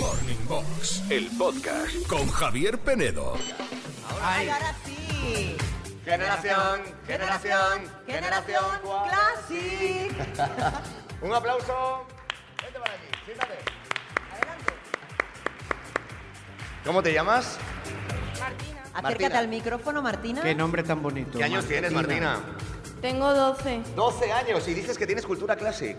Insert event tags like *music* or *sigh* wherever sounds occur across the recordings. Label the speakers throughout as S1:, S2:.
S1: Morning Box, el podcast con Javier Penedo.
S2: Ay, ahora sí.
S3: Generación, generación,
S2: Generación
S3: generación.
S2: Classic.
S3: Un aplauso. Vente para aquí, siéntate.
S2: Adelante.
S3: ¿Cómo te llamas?
S2: Acércate al micrófono, Martina.
S4: Qué nombre tan bonito.
S3: ¿Qué años tienes, Martina?
S5: Tengo 12.
S3: 12 años y dices que tienes cultura classic.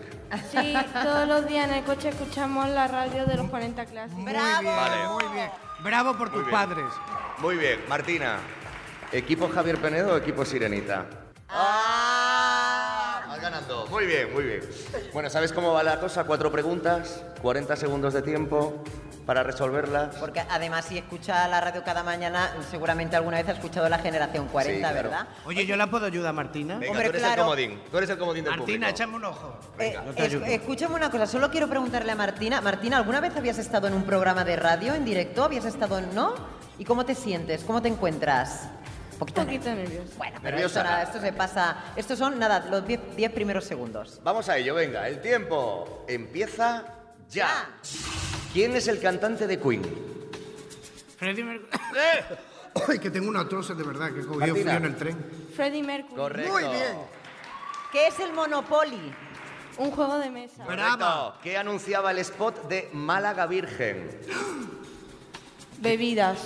S5: Sí, todos los días en el coche escuchamos la radio de los 40 clases.
S2: ¡Bravo!
S3: Vale.
S4: Muy bien. Bravo por tus
S3: bien.
S4: padres.
S3: Muy bien, Martina. ¿Equipo Javier Penedo o equipo Sirenita?
S2: Ah.
S3: Vas ganando. Muy bien, muy bien. Bueno, ¿sabes cómo va la cosa? Cuatro preguntas, 40 segundos de tiempo para resolverlas.
S2: Porque además, si escucha la radio cada mañana, seguramente alguna vez ha escuchado la generación 40,
S3: Sí, claro.
S2: ¿verdad?
S4: Oye, yo la puedo ayudar, Martina.
S3: Venga,
S2: Hombre,
S3: tú eres
S2: claro.
S3: el comodín. Tú eres el comodín del
S4: Martina,
S3: público.
S4: échame un ojo.
S2: Eh,
S4: Yo te
S2: es-
S4: ayudo.
S2: escúchame una cosa, solo quiero preguntarle a Martina. Martina, ¿alguna vez habías estado en un programa de radio en directo? ¿Habías estado en no? ¿Y cómo te sientes? ¿Cómo te encuentras? Un
S5: Un poquito nervioso.
S2: Bueno, pero
S3: Nerviosa.
S2: esto, nada, esto se pasa. Estos son, nada, los 10 primeros segundos.
S3: Vamos a ello, venga. El tiempo empieza ya. ¿Quién es el cantante de Queen?
S4: Freddy
S3: *coughs*
S4: Mercury. Ay, que tengo una tos, de verdad, que he cogido
S3: Martina.
S4: frío en el tren.
S5: Freddie Mercury.
S3: Correcto.
S4: Muy bien.
S2: ¿Qué es el Monopoly?
S5: Un juego de mesa.
S3: Correcto. ¿Qué anunciaba el spot de Málaga Virgen?
S5: Bebidas.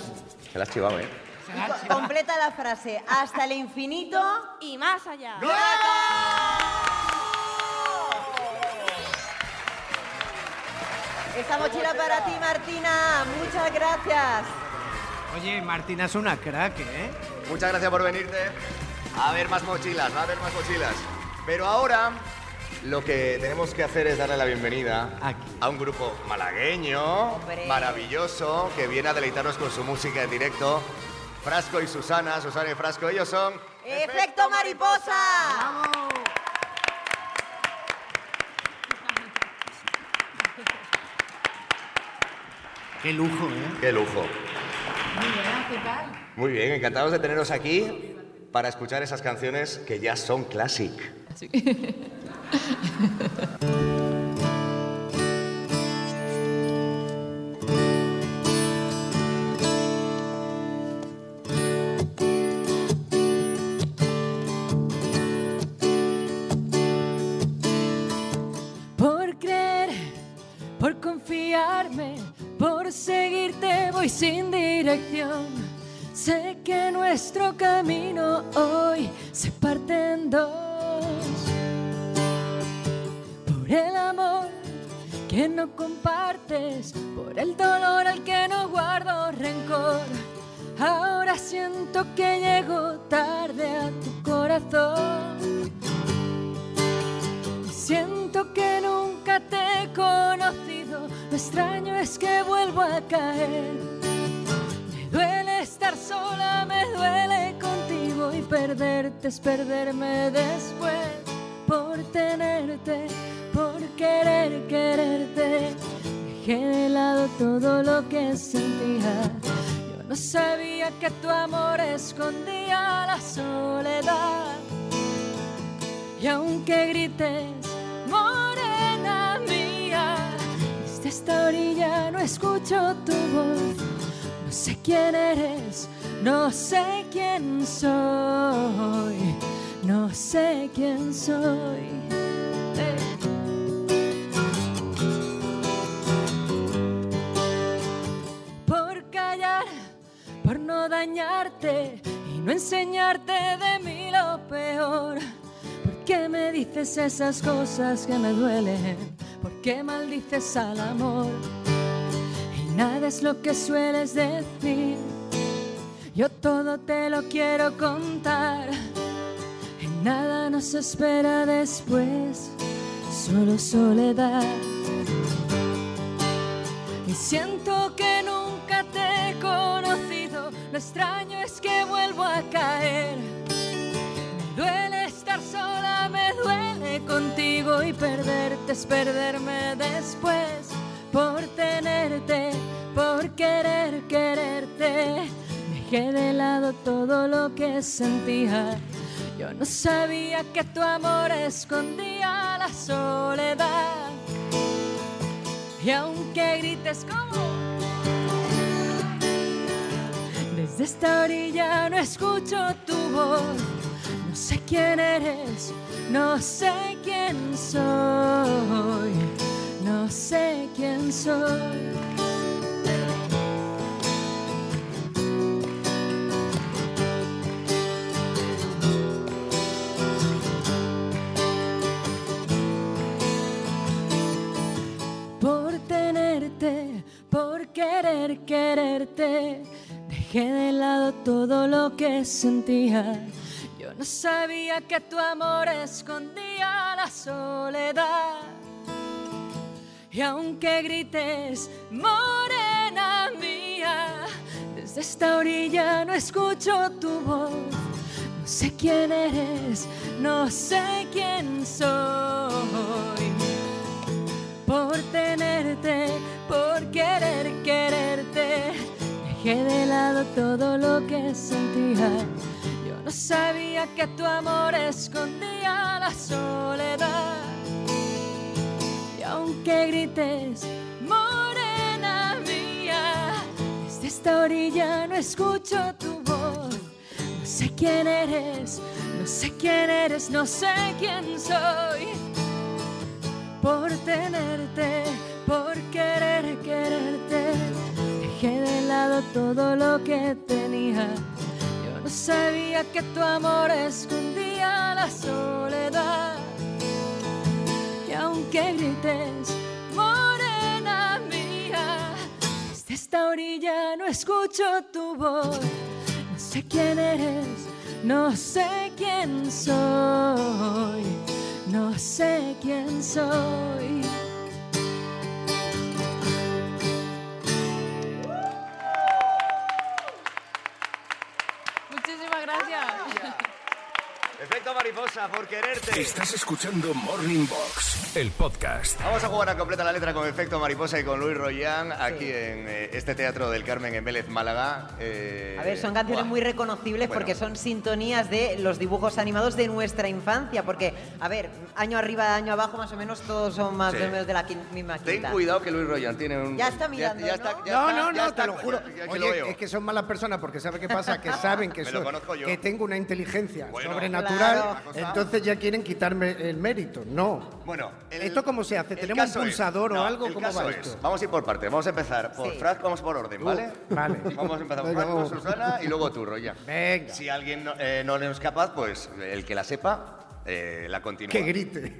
S3: Se la has chivado, ¿eh?
S2: Y co- completa la frase. Hasta el infinito.
S5: Y más allá.
S2: Esta mochila para ti, Martina. Muchas gracias.
S4: Oye, Martina es una crack, ¿eh?
S3: Muchas gracias por venirte. A ver más mochilas, va a haber más mochilas. Pero ahora lo que tenemos que hacer es darle la bienvenida
S4: Aquí.
S3: a un grupo malagueño,
S2: Hombre.
S3: maravilloso, que viene a deleitarnos con su música en directo. Frasco y Susana, Susana y Frasco, ellos son...
S2: Efecto mariposa.
S4: Qué lujo, ¿eh?
S3: ¡Qué lujo! Muy bien, encantados de teneros aquí para escuchar esas canciones que ya son classic.
S6: Por creer, por confiarme, por seguirte voy sin dirección. Sé que nuestro camino hoy se parte en dos. Por el amor que no compartes, por el dolor al que no guardo rencor. Ahora siento que llego tarde a tu corazón. Siento que nunca te he conocido. Lo extraño es que vuelvo a caer. Me duele estar sola, me duele contigo y perderte es perderme después. Por tenerte, por querer quererte, dejé de lado todo lo que sentía. Yo no sabía que tu amor escondía la soledad. Y aunque grites, morena mía, desde esta orilla no escucho tu voz. No sé quién eres, no sé quién soy, no sé quién soy. Eh. por callar, por no dañarte y no enseñarte de mí lo peor. ¿Por qué me dices esas cosas que me duelen? ¿Por qué maldices al amor? Y nada es lo que sueles decir. Yo todo te lo quiero contar. Y nada nos espera después, solo soledad. Y siento que nunca te he conocido. Lo extraño es que vuelvo a caer. Me duele estar sola, me duele contigo y perderte es perderme después. Por tenerte, por querer quererte, dejé de lado todo lo que sentía. Yo no sabía que tu amor escondía la soledad. Y aunque grites como Desde esta orilla no escucho tu voz. No sé quién eres, no sé quién soy, no sé quién soy. por tenerte, por querer quererte. Dejé de lado todo lo que sentía. Yo no sabía que tu amor escondía la soledad. Y aunque grites, morena mía, desde esta orilla no escucho tu voz. No sé quién eres, no sé quién soy por tenerte, por querer quererte. Dejé de lado todo lo que sentía. Yo no sabía que tu amor escondía la soledad. Y aunque grites, morena mía, desde esta orilla no escucho tu voz. No sé quién eres, no sé quién eres, no sé quién soy por tenerte, por querer quererte. Dejé de lado todo lo que tenía. Yo no sabía que tu amor escondía la soledad. Y aunque grites, morena mía, desde esta orilla no escucho tu voz. No sé quién eres, no sé quién soy, no sé quién soy.
S5: Muchísimas gracias.
S3: Efecto mariposa, por quererte.
S1: Estás escuchando Morning Box, el podcast.
S3: Vamos a jugar a completa la letra con Efecto Mariposa y con Luis Royán aquí en eh, este Teatro del Carmen en Vélez, Málaga. Eh,
S2: A ver, son canciones
S3: buah.
S2: muy reconocibles
S3: Bueno.
S2: porque son sintonías de los dibujos animados de nuestra infancia. Porque, a ver, año arriba, año abajo, más o menos, todos son más
S3: Sí.
S2: o menos de la quin- misma
S3: Ten
S2: quinta.
S3: cuidado que Luis Royán tiene un...
S2: Ya está mirando,
S3: ya, está-
S2: ¿no?
S3: ya
S4: No,
S3: está- ya
S4: no,
S3: está-
S4: no,
S3: pues,
S4: te lo juro.
S3: ya- ya que lo
S4: Oye,
S3: veo.
S4: es que son malas personas porque ¿sabe qué
S3: *laughs*
S4: pasa? Que saben que,
S3: Me lo
S4: soy-
S3: conozco yo.
S4: que tengo una inteligencia
S3: Bueno.
S4: sobrenatural,
S3: Claro.
S4: entonces ya quieren quitarme el mérito. No.
S3: Bueno,
S4: ¿Esto cómo se hace?
S3: el
S4: ¿Tenemos un
S3: caso es-
S4: pulsador o
S3: no,
S4: algo?
S3: el
S4: ¿Cómo
S3: caso
S4: va
S3: es-
S4: esto?
S3: Vamos a ir por partes, vamos a empezar por
S2: Sí.
S3: Fran, vamos por orden, ¿vale?
S4: Uh, vale.
S3: *laughs* Vamos a empezar por
S4: Venga,
S3: Fran, por
S4: vamos.
S3: Susana y luego tú, Roya.
S4: Venga.
S3: Si alguien no, eh, no le es capaz, pues el que la sepa, eh, la continúa.
S4: Que grite.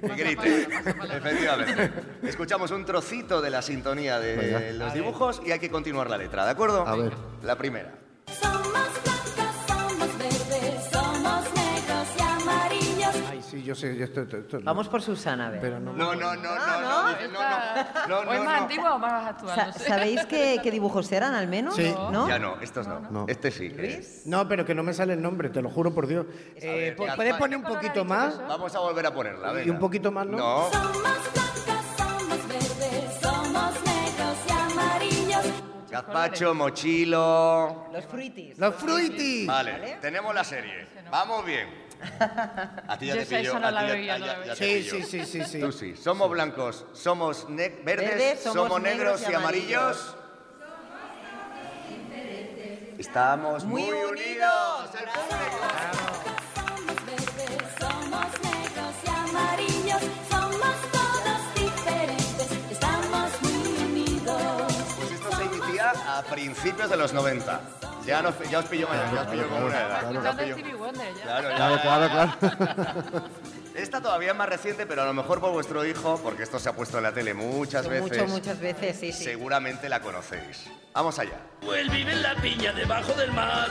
S3: *laughs* Que grite, efectivamente. Escuchamos un trocito de la sintonía de los dibujos y hay que continuar la letra, ¿de acuerdo?
S4: A ver.
S3: La primera.
S6: Somos blancos, somos verdes, somos negros y amarillos.
S4: Ay, sí, yo sé, yo esto, esto- esto no.
S2: Vamos por Susana, a ver.
S4: Pero no.
S3: No, no, no, no,
S2: Ah,
S3: no,
S2: ¿no?
S3: dice, no, no, no,
S7: ¿O es
S3: no,
S7: más
S3: no.
S7: antigua o más
S2: Sa-
S7: actual? No sé.
S2: ¿Sabéis qué, qué dibujos eran, al menos?
S4: Sí.
S2: ¿No?
S3: Ya no, estos no.
S4: no.
S3: Este sí. que-
S4: No, pero que no me sale el nombre, te lo juro por Dios. Eh,
S3: ver,
S4: po-
S3: ya-
S4: ¿Puedes poner un
S7: ¿Qué color ha
S4: poquito
S7: dicho
S4: más?
S7: eso?
S3: Vamos a volver a ponerla,
S4: Y
S3: venga.
S4: un poquito más, ¿no?
S3: No.
S6: Somos blancos, somos verdes, somos negros y amarillos.
S3: Gazpacho, mochilo.
S2: Los fruitis.
S4: ¡Los fruitis!
S3: Vale, tenemos la serie. Vamos bien. A ti ya
S7: Yo
S3: te
S7: esa-
S3: pillo.
S7: esa no
S3: a ti
S7: la
S3: ya-
S7: veo, yo
S3: ah,
S7: no
S3: ya-
S7: la veo.
S3: ya te
S4: Sí,
S3: pillo.
S4: sí, sí, sí, sí.
S3: Tú sí. Somos blancos, somos ne- verdes,
S2: Verdes,
S3: somos,
S2: somos
S3: negros y amarillos. Estamos muy,
S2: Muy
S3: unidos.
S2: unidos.
S3: El público.
S6: Somos verdes, somos negros y amarillos. Somos todos diferentes, estamos muy unidos.
S3: Pues esto se emitía a principios de los 90. Ya, nos, ya os pillo mayor, ya os pillo como una edad. Ya os
S7: Escuchando
S3: pillo-
S7: Stevie Wonder, ya.
S3: Claro, claro, claro, Esta todavía es más reciente, pero a lo mejor por vuestro hijo, porque esto se ha puesto en la tele muchas veces.
S2: Mucho, muchas veces, sí, sí.
S3: Seguramente la conocéis. Vamos allá.
S8: Él vive en la piña debajo del mar.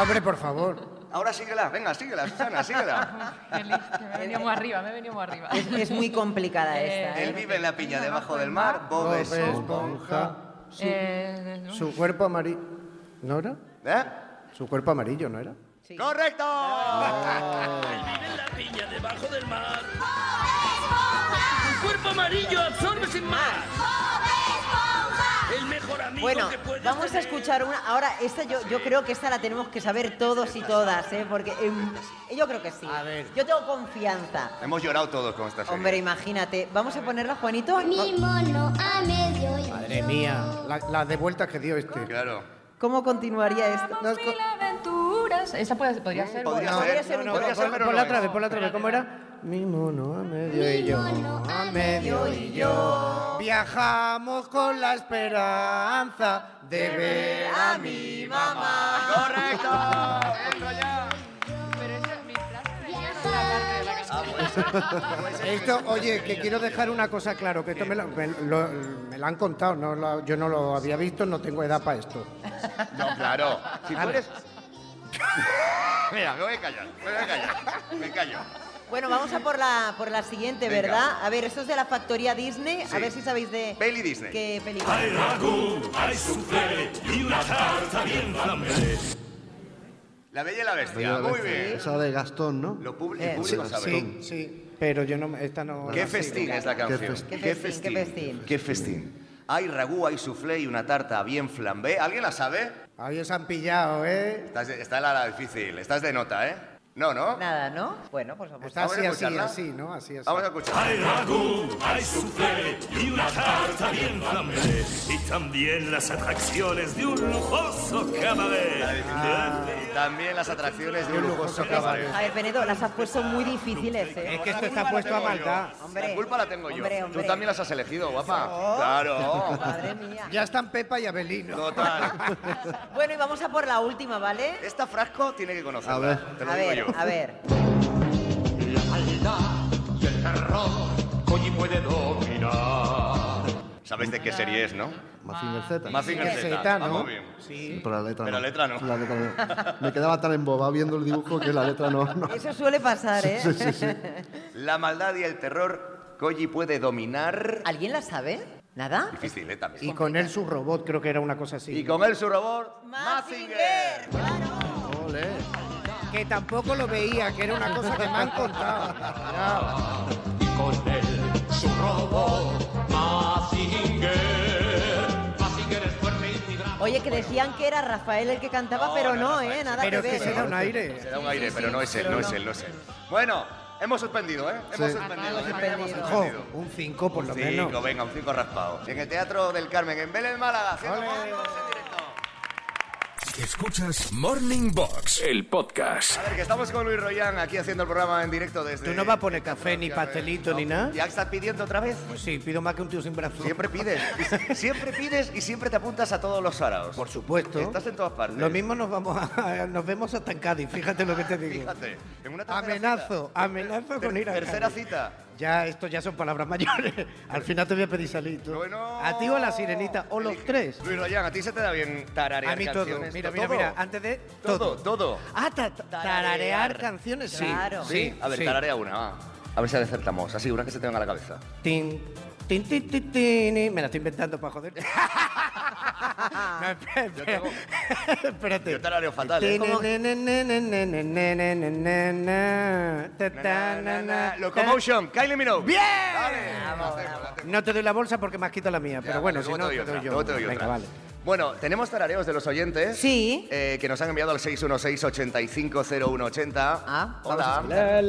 S4: Hombre, por favor.
S3: Ahora síguela, venga, síguela, Susana,
S2: *laughs*
S3: síguela.
S7: Feliz, que me he venido muy arriba, me he venido muy arriba.
S2: Es, es muy complicada esta,
S3: Él
S2: ¿eh?
S3: vive en la piña debajo del mar, Bob
S4: Bob
S3: es-
S4: Esponja. Su,
S7: Eh, no.
S4: su cuerpo amarillo. ¿No era?
S3: ¿Eh?
S4: Su cuerpo amarillo, ¿no era?
S2: Sí.
S3: ¡Correcto!
S2: *laughs*
S8: Vive en la piña debajo del mar. Tu cuerpo amarillo absorbe sin más. El mejor amigo
S2: Bueno,
S8: que puedes
S2: vamos a
S3: este
S8: tener.
S2: escuchar una. Ahora, esta yo, yo creo que esta la tenemos que saber todos y todas, ¿eh? Porque em, yo creo que sí.
S4: A ver.
S2: Yo tengo confianza.
S3: Hemos llorado todos con esta serie.
S2: Hombre, imagínate. Vamos a ponerla, Juanito.
S9: Mi mono a medio
S4: Madre mía, la- las devueltas que dio este.
S3: Claro.
S2: ¿Cómo continuaría esto?
S10: Las co-
S6: Mil aventuras. Esa puede- podría ser.
S3: Podría
S6: bueno.
S3: ser,
S2: ser
S3: no,
S2: un
S3: no,
S2: poco-
S3: podría ser, pero no
S4: Ponla
S3: eh.
S4: otra
S3: es.
S4: vez, ponla otra vez. ¿Cómo era? Mi mono a medio y yo, a medio y yo. Viajamos con la esperanza de ver a mi mamá.
S3: ¡Correcto! ¡Dentro ya!
S6: Pero esa, mi frase venía en otra parte de la canción.
S4: Esto, oye, que quiero dejar una cosa claro, que esto me lo, me lo- me lo han contado, no lo- yo no lo había visto, no tengo edad para esto.
S3: No, claro. Si tú eres... Mira, me voy a callar, me voy a callar, me callo.
S2: Bueno, vamos a por la, por la siguiente,
S3: Venga.
S2: ¿verdad? A ver, esto es de la factoría Disney.
S3: Sí.
S2: A ver si sabéis de.
S3: Peli Disney.
S2: ¿Qué película?
S3: La Bella y la
S11: Pues
S3: Bestia, muy bien.
S11: Esa de Gastón, ¿no?
S3: Lo pub-
S2: Eh,
S3: el público sabe.
S4: Sí, sí, pero yo no, esta no...
S3: Qué
S4: no sigo.
S3: festín es la canción.
S11: festín.
S2: Qué festín, qué festín.
S3: Qué festín. Hay ragú, hay soufflé y una tarta bien flambé. ¿Alguien la sabe?
S4: Ahí os han pillado, ¿eh?
S3: Estás de- está la, la difícil, estás de nota, ¿eh? No, ¿no?
S2: Nada, ¿no? Bueno, pues vamos.
S4: Está
S3: Vamos a
S4: así, así,
S3: escucharla.
S4: así, ¿no? Así, así.
S3: Vamos a escuchar.
S12: Hay ragú, hay soufflé y una tarta bien flamé. Y también las atracciones de un lujoso cabaret.
S3: Ah, También las atracciones de un lujoso cabaret.
S2: A ver, Penedo, las has puesto muy difíciles,
S4: Es
S2: ¿eh?
S4: que esto
S3: La culpa
S4: está
S3: la
S4: puesto a
S3: tengo yo.
S4: maldad.
S2: Hombre,
S3: la culpa la tengo yo.
S2: hombre, hombre.
S3: Tú también las has elegido, guapa.
S2: Oh. *laughs*
S3: Claro.
S2: Madre mía.
S4: *laughs* Ya están Pepa y Abelino.
S3: Total.
S2: Bueno, y vamos a por la última, ¿vale?
S3: Esta frasco tiene que conocerla.
S11: A ver.
S3: Te lo
S2: a
S3: digo
S2: ver,
S3: yo.
S2: a ver.
S12: La maldad y el terror hoy puede dominar.
S3: Sabes de qué serie es, ¿no?
S11: Mazinger Z.
S3: Mazinger
S4: Sí,
S3: Z.
S4: Z,
S3: Ah,
S4: ¿no?
S3: muy bien.
S4: Sí.
S11: Pero la letra
S3: Pero
S11: no.
S3: la letra no.
S11: La letra no. Me quedaba tan embobado viendo el dibujo que la letra no. no.
S2: Eso suele pasar, ¿eh?
S11: Sí, sí, sí.
S3: La maldad y el terror, Koji puede dominar.
S2: *laughs* ¿Alguien la sabe? ¿Nada?
S3: Difícil, ¿eh? También.
S4: Y con él su robot, creo que era una cosa así.
S3: Y con él su robot, Mazinger.
S11: Ole.
S4: Que tampoco lo veía, que era una cosa que me han contado. Ya.
S12: Y con él su robot, Mazinger. Mazinger es fuerte y vibrante.
S2: Oye, que decían que era Rafael el que cantaba, pero no, ¿eh? Nada
S4: Pero es
S2: que
S4: que
S2: ver.
S4: se da un aire.
S3: Se da un aire, pero no es él, no es él, no es él. Bueno, hemos suspendido, ¿eh? Hemos
S11: Sí.
S3: suspendido.
S2: Hemos
S3: ¿eh? Hemos
S2: suspendido.
S4: Jo,
S3: suspendido.
S4: un 5 por lo
S3: Cinco,
S4: menos.
S3: venga, un cinco raspado. En el Teatro del Carmen, en Vélez, Málaga, haciendo
S4: Ole.
S3: manos en directo.
S1: Escuchas Morning Box, el podcast.
S3: A ver, que estamos con Luis Royán aquí haciendo el programa en directo desde...
S4: ¿Tú no vas a poner café, ni pastelito, ni nada?
S3: ¿Ya estás pidiendo otra vez?
S4: Pues sí, pido más que un tío sin brazos.
S3: Siempre *laughs* pides, siempre pides y siempre te apuntas a todos los saraos.
S4: Por supuesto.
S3: Estás en todas partes.
S4: Lo mismo nos vamos a- *laughs* nos vemos hasta en Cádiz, fíjate lo que te digo.
S3: Fíjate, en una tercera
S4: Amenazo,
S3: cita.
S4: amenazo con
S3: Ter-
S4: ir a
S3: Tercera
S4: Cádiz.
S3: cita.
S4: Ya, esto ya son palabras *laughs* mayores. Al final te voy a pedir salir tú.
S3: Bueno.
S4: A ti o a la sirenita, o los
S3: Elige.
S4: tres.
S3: Luis Royán, ¿a ti se te da bien tararear
S4: A mí todo.
S3: canciones?
S4: Mira,
S3: ¿To-
S4: mira,
S3: todo?
S4: mira. Antes de
S3: Todo,
S4: todo.
S3: todo.
S4: Ah, ta- ta- tararear canciones, sí.
S2: Claro.
S3: Sí, a ver,
S4: sí.
S3: tararea una, va. A ver si acertamos. Así, una que se te venga a la cabeza.
S4: Tin, tin, tin, tin, tin, y- Me la estoy inventando para joder. *laughs* no, espera,
S3: Yo tengo-
S4: espera. *laughs* Espérate.
S3: yo tarareo fatal, ¿eh?
S4: Tin,
S3: ¿Cómo?
S4: ne, ne, ne, ne, ne, ne, ne, ne, ne, ne, ne, ta, ta, na, na,
S3: Locomotion, Kylie Minogue.
S4: ¡Bien!
S3: Vale, la tengo, la tengo.
S4: No te doy la bolsa porque me has quitado la mía,
S3: Ya,
S4: pero bueno,
S3: vale,
S4: si
S3: luego
S4: no,
S3: doy
S4: te
S3: otra,
S4: doy yo.
S3: luego te doy
S4: Venga,
S3: otra.
S4: vale.
S3: Bueno, tenemos tarareos de los oyentes.
S2: Sí.
S3: eh, que nos han enviado al 616-850180.
S2: Ah, vamos a
S3: Hola.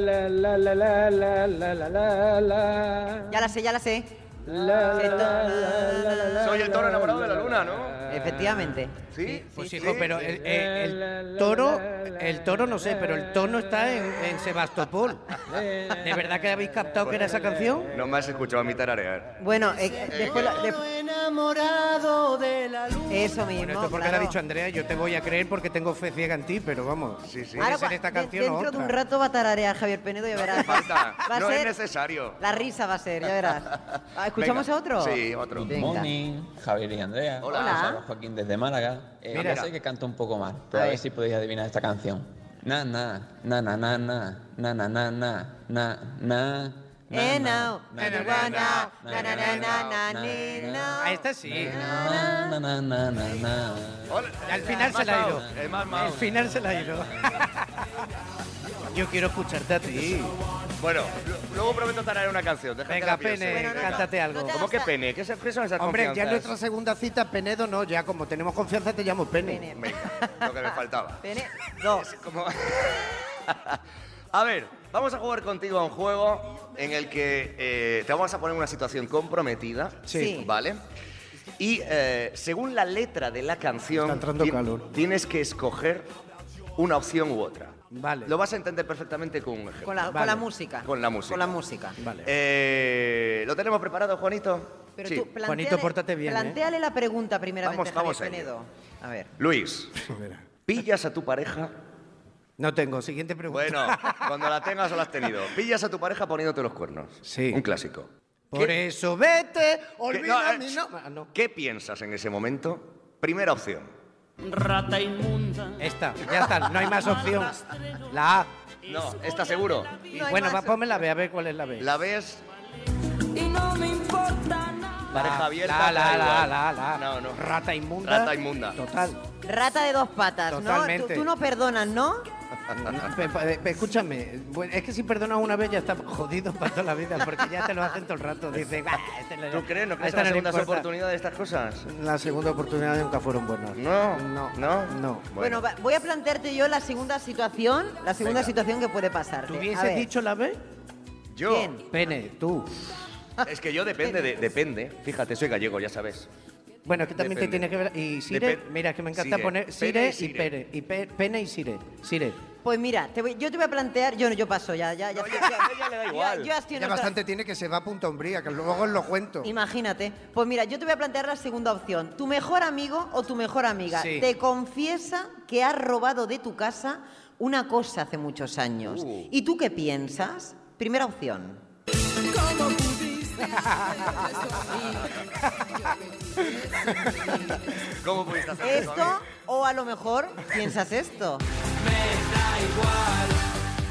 S2: Ya la sé, ya la sé. Se to-
S3: Soy el toro enamorado de la luna, ¿no?
S2: Efectivamente.
S3: Sí.
S4: Pues
S3: sí,
S4: hijo,
S3: sí,
S4: pero
S3: sí.
S4: el, el- el toro, el toro no sé, pero el tono está en,
S2: *laughs*
S4: en Sebastopol. ¿De verdad que habéis captado que era esa canción?
S3: No me has escuchado a mí tararear.
S2: Bueno, eh, después la- de-
S4: enamorado de la luz.
S2: eso mismo.
S4: Bueno, esto porque lo
S2: claro.
S4: ha dicho Andrea, yo te voy a creer porque tengo fe ciega en ti, pero vamos.
S3: Sí, sí.
S4: Tiene que ser
S2: cua-
S4: esta
S2: de-
S4: canción o
S2: dentro de un
S4: otra.
S2: rato va a tararear Javier Penedo, ya verás.
S4: *laughs*
S3: Falta.
S2: Va a
S3: No es
S2: ser-
S3: necesario.
S2: La risa va a ser, ya verás.
S3: *laughs*
S2: Ah, ¿Escuchamos
S3: Venga.
S2: a otro?
S3: Sí, otro.
S2: Venga.
S13: Javier y Andrea.
S3: Hola.
S13: Os habla Joaquín desde Málaga. Eh,
S4: Mira.
S13: ya sé que canto un poco mal, pero
S2: A
S13: a ver
S2: ver.
S13: si podéis adivinar esta canción. Na na na na na na na na na na na na
S2: Eh, no.
S4: na,
S13: na,
S4: na,
S13: na, na,
S4: na,
S13: na,
S2: na,
S13: na, na,
S2: na.
S4: Ah, esta sí.
S13: na, na, na, na, na, na.
S3: Hola.
S4: Al final se la ha ido.
S3: El más
S4: Al
S3: Mao.
S4: final se la ha ido. *laughs* Yo quiero escucharte a ti.
S3: Bueno, lu- luego prometo tararear una canción. Déjate
S4: Venga,
S3: la piel,
S4: Pene,
S3: sí, venga.
S4: cántate algo.
S2: No te
S3: ¿Cómo que
S2: hagas-
S3: pene? ¿Qué se expresan esas
S4: Hombre, ya en
S3: confianzas?
S4: nuestra segunda cita, Penedo, no, ya como tenemos confianza te llamo Pene.
S2: Pene.
S3: Venga, lo que me faltaba.
S2: Pene. No.
S3: Como- *laughs* a ver, vamos a jugar contigo a un juego en el que eh, te vamos a poner en una situación comprometida.
S2: Sí.
S3: ¿Vale? Y eh, según la letra de la canción, ti- tienes que escoger una opción u otra. Vale. Lo vas a entender perfectamente con un ejemplo.
S2: Con la, con la música.
S3: Con la música.
S2: Con la música.
S3: Eh, ¿Lo tenemos preparado, Juanito?
S2: Pero
S3: Sí.
S2: tú, plantéale- Plantéale la pregunta primeramente a Javier
S3: Vamos, vamos a ello.
S2: Penedo. A ver.
S3: Luis, ¿pillas a tu pareja?
S4: No tengo. Siguiente pregunta.
S3: Bueno, cuando la
S4: *laughs*
S3: tengas o la has tenido. ¿Pillas a tu pareja poniéndote los cuernos? Sí. Un clásico.
S4: Por eso vete, olvida
S3: eh,
S4: mi
S3: sh-
S4: nombre. Ah, no.
S3: ¿Qué piensas en ese momento? Primera opción.
S4: Rata inmunda. Esta, ya está, no hay más opción. La A.
S3: No, ¿está seguro?
S5: hay
S4: bueno, va,
S5: más.
S4: ponme la B, a ver cuál es la B.
S3: La B es
S5: Y no me importa nada.
S3: pareja
S4: La,
S3: abierta.
S4: la,
S3: da
S4: la,
S3: igual.
S4: la, la.
S3: No, no.
S4: Rata inmunda.
S3: Rata inmunda.
S4: Total.
S2: Rata de dos patas, ¿no? Tú-
S4: Totalmente.
S2: Tú, no perdonas, ¿no?
S4: Pe- pe- pe- Escúchame, bueno, es que si perdonas una vez ya estás jodido para toda la vida, porque ya te lo hacen todo el rato. Dicen, "Bah, este
S3: *laughs*
S4: le-
S3: ¿Tú crees? ¿No
S4: a
S3: crees
S4: este
S3: en las
S4: le
S3: segundas
S4: importa".
S3: oportunidades de estas cosas?
S4: Las segundas oportunidades nunca fueron buenas.
S3: No. No. No.
S4: No.
S2: Bueno, va- voy a plantearte yo la segunda situación, la segunda
S4: Venga.
S2: situación que puede pasarte.
S4: ¿Tú
S2: A
S4: hubieses
S2: ver.
S4: dicho la B?
S3: Yo.
S4: Pene, tú.
S3: Es que yo depende, de- depende. Fíjate, soy gallego, ya sabes.
S4: Bueno, es que también te
S3: Depende.
S4: tiene que ver. Y Sire,
S3: Depen-
S4: mira, es que me encanta
S3: Sire.
S4: poner
S3: Pene
S4: Sire
S3: y
S4: y
S3: Sire.
S4: Pere. Y pe- Pene y Sire. Sire.
S2: Pues mira, te voy- yo te voy a plantear, yo no, yo paso ya, ya, ya. ya- *laughs* yo- yo ya estoy en
S14: ya
S2: otra-
S14: bastante tiene que se va a Punta Umbría, que luego os lo cuento.
S2: Imagínate. Pues mira, yo te voy a plantear la segunda opción. Tu mejor amigo o tu mejor amiga
S14: Sí.
S2: te confiesa que has robado de tu casa una cosa hace muchos años.
S5: Uh.
S2: ¿Y tú qué piensas? Primera opción.
S5: ¿Cómo pudiste hacer eso a mí?
S3: ¿Cómo pudiste hacer eso a
S2: ¿Esto
S3: mí?
S2: o a lo mejor piensas esto?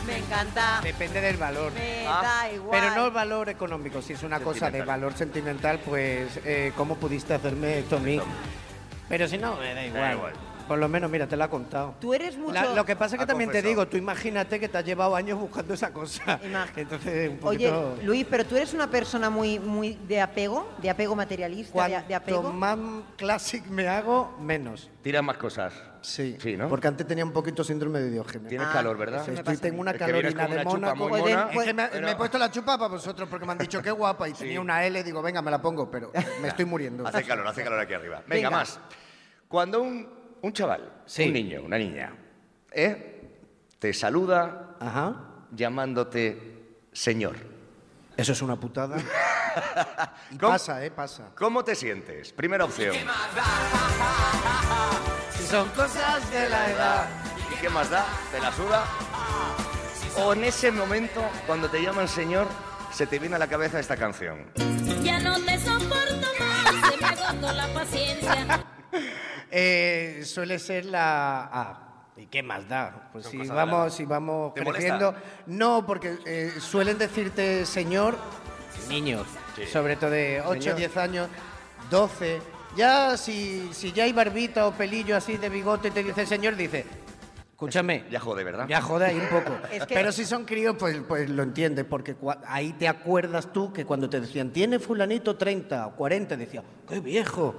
S2: Me encanta.
S4: Depende del valor.
S2: Me da igual.
S4: Ah, Pero no el valor económico. Si es una cosa de
S2: Sentimental.
S4: valor sentimental, pues, eh, ¿cómo pudiste hacerme esto a mí? Pero si no, me da igual. Por lo menos, mira, te lo ha contado.
S2: Tú eres mucho...
S4: La- lo que pasa es que
S2: Ha
S4: también te
S2: confesado.
S4: digo, tú imagínate que te has llevado años buscando esa cosa. *laughs* Entonces, un
S2: Oye,
S4: poquito...
S2: Luis, pero tú eres una persona muy, muy de apego, de apego materialista, de, de apego.
S4: Cuanto más classic me hago, menos.
S3: Tiras más cosas.
S4: Sí.
S3: Sí, ¿no?
S4: Porque antes tenía un poquito síndrome de Diógenes.
S3: Tienes Ah, calor, ¿verdad? eso me
S4: Estoy,
S3: pasa a
S4: tengo
S3: mí.
S4: una
S3: Es que vienes
S4: calorina
S3: con
S4: de
S3: una chupa
S4: mona.
S3: muy Pues de- mona.
S14: Es que me,
S3: Pero-
S14: me he puesto la chupa para vosotros porque me han dicho qué guapa y tenía una L. Digo, venga, me la pongo,
S3: *laughs*
S14: pero me estoy muriendo.
S3: Hace calor, hace calor aquí arriba. Venga, más. Cuando un, un chaval, un niño, una niña, ¿eh? te saluda llamándote señor.
S4: Eso es una
S3: *laughs*
S4: putada.
S3: Y
S4: pasa, ¿eh? Pasa.
S3: ¿Cómo te sientes? Primera opción.
S4: Son cosas de la edad.
S3: ¿Y qué más da? ¿Te la suda? O en ese momento, cuando te llaman señor, se te viene a la cabeza esta canción.
S5: Ya no te soporto más, se me agotó la paciencia.
S4: Eh, suele ser la A. ¿Y qué más da? Pues si
S15: cosas de la edad.
S4: vamos, si vamos
S15: ¿Te
S4: creciendo. No, porque eh, suelen decirte señor, niños, sobre todo de 8,
S15: Señor.
S4: 10 años, 12. Ya si, si ya hay barbita o pelillo así de bigote, te dice señor, dice. Escúchame.
S3: Ya jode, ¿verdad?
S4: Ya jode ahí un poco.
S14: Es que-
S4: Pero si son críos, pues, pues lo entiendes, porque cua- ahí te acuerdas tú que cuando te decían, tiene fulanito 30 o 40, decía, qué viejo,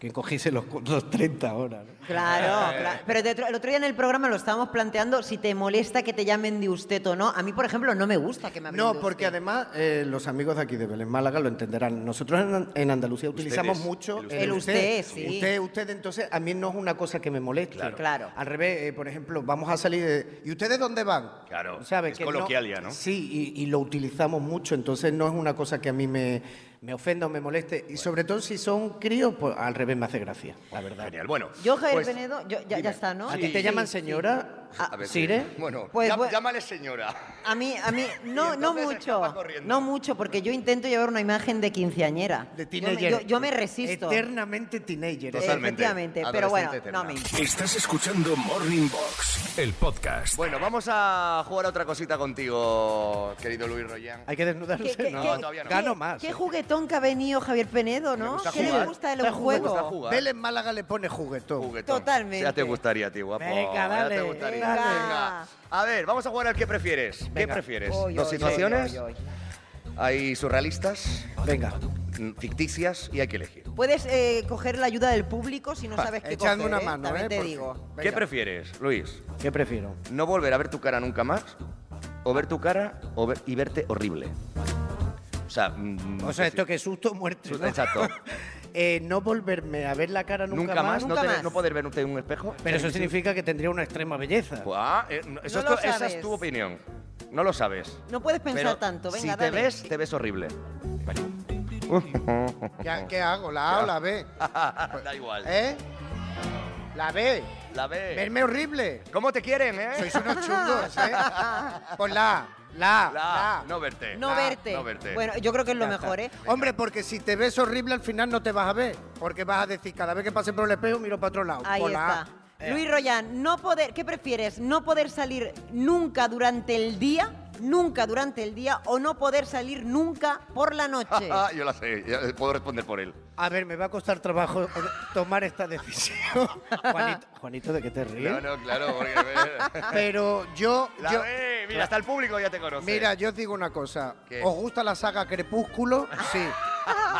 S4: que cogiese los, cu- los 30 ahora. ¿no?
S2: Claro, claro. Pero de otro- el otro día en el programa lo estábamos planteando si te molesta que te llamen de usted o no. A mí, por ejemplo, no me gusta que me hablen
S4: No,
S2: de
S4: porque además eh, los amigos de aquí de Belén Málaga lo entenderán. Nosotros en, An- en Andalucía utilizamos mucho
S2: el usted, sí.
S4: Usted, usted, entonces a mí no es una cosa que me moleste.
S3: Claro.
S4: Al revés, eh, por ejemplo, vamos a salir de... ¿Y ustedes dónde van?
S3: Claro.
S4: ¿Sabe?
S3: Es
S4: que
S3: coloquial ya, ¿no?
S4: Sí, y, y lo utilizamos mucho, entonces no es una cosa que a mí me, me ofenda o me moleste. Y sobre todo si son críos, pues al revés me hace gracia, la verdad.
S3: Genial. Bueno,
S2: Yo, Javier
S3: pues,
S2: Penedo, yo- ya, ya está, ¿no?
S4: ¿A ti te
S2: Sí,
S4: llaman
S2: sí. Ah,
S4: señora?
S2: A
S3: veces.
S4: ¿Sire?
S3: Bueno,
S2: Pues
S3: llam-
S2: voy-
S3: llámale señora.
S2: A mí, a mí, no, no mucho. No mucho, porque yo intento llevar una imagen de quinceañera. De
S4: teenager.
S2: Yo, yo me resisto.
S4: Eternamente teenager.
S2: Totalmente. Efectivamente, pero bueno,
S3: Adolescente
S2: no me
S3: eterna.
S2: importa.
S1: Estás escuchando Morning Box, el podcast.
S3: Bueno, vamos a jugar a otra cosita contigo, querido Luis Royan.
S4: ¿Hay que desnudarse?
S3: ¿Qué- qué- No, qué- todavía no. Gano más.
S4: eh.
S2: Qué juguetón que ha venido Javier Penedo, ¿no?
S3: gusta
S2: ¿Qué le
S3: jugar.
S2: gusta de
S3: Me
S2: los
S3: gusta
S2: juegos?
S3: jugar.
S4: Belén Málaga le pone juguetón.
S2: Totalmente.
S3: Ya te gustaría a ti, guapo.
S4: Venga,
S3: Ya
S4: dale,
S3: te gustaría.
S4: dale.
S3: Venga. A ver, vamos a jugar al que prefieres. ¿Qué
S4: Venga.
S3: prefieres?
S4: Oy,
S3: ¿Dos
S4: oy,
S3: situaciones?
S4: oy, oy,
S3: Hay surrealistas.
S4: Venga.
S3: Ficticias y hay que elegir.
S2: Puedes eh, coger la ayuda del público si no sabes qué
S4: Echadme
S2: coger,
S4: una
S2: ¿eh?
S4: mano,
S2: También
S4: ¿eh?
S2: te
S4: Por
S2: digo.
S3: ¿Qué prefieres, Luis?
S4: ¿Qué prefiero?
S3: ¿No volver a ver tu cara nunca más? ¿O ver tu cara o ver- y verte horrible? O sea, mm,
S4: O sea, esto que es susto, muerte.
S3: Su-
S4: *laughs* ¿no?
S3: Exacto.
S9: eh, no volverme a ver la cara nunca,
S3: Nunca más, no,
S9: Nunca
S3: tener-
S9: más.
S3: no poder verte en un espejo.
S9: Pero eso significa que tendría una extrema belleza.
S3: Ah, eh, no, eso
S2: No
S3: es tu-
S2: lo
S3: esa es
S2: sabes.
S3: tu opinión. No lo sabes.
S2: No puedes pensar
S3: Pero
S2: tanto, venga,
S3: si
S2: dale.
S3: te ves, te ves horrible. Vale.
S4: ¿Qué, qué hago? ¿La A o la B?
S3: da *laughs* igual.
S4: ¿Eh? ¿La B?
S3: La B.
S4: Verme horrible.
S3: ¿Cómo te quieren, eh?
S4: Sois unos chungos, ¿eh? Pues la A, la
S3: *laughs* La
S4: A, la
S3: A,
S4: A.
S3: Ah, no verte.
S2: No verte.
S3: *laughs*
S2: Bueno, yo creo que es lo mejor, ¿eh?
S4: Hombre, porque si te ves horrible al final no te vas a ver. Porque vas a decir, cada vez que pase por el espejo miro para otro lado.
S2: Ahí
S4: Pues la
S2: está.
S4: A. Eh.
S2: Luis Royan, no poder, ¿qué prefieres? ¿No poder salir nunca durante el día? ¿Nunca durante el día? ¿O no poder salir nunca por la
S3: *laughs*
S2: noche?
S3: Yo la sé, ya, eh, puedo responder por él.
S9: A ver, me va a costar trabajo tomar esta decisión. *laughs* Juanito, Juanito, ¿de qué te ríes?
S3: No, no, claro, porque. a ver.
S4: *laughs* Pero yo...
S3: La
S4: yo-
S3: B, mira, hasta el público ya te conoce.
S4: Mira, yo os digo una cosa.
S3: ¿Qué?
S4: ¿Os gusta la saga Crepúsculo? Sí.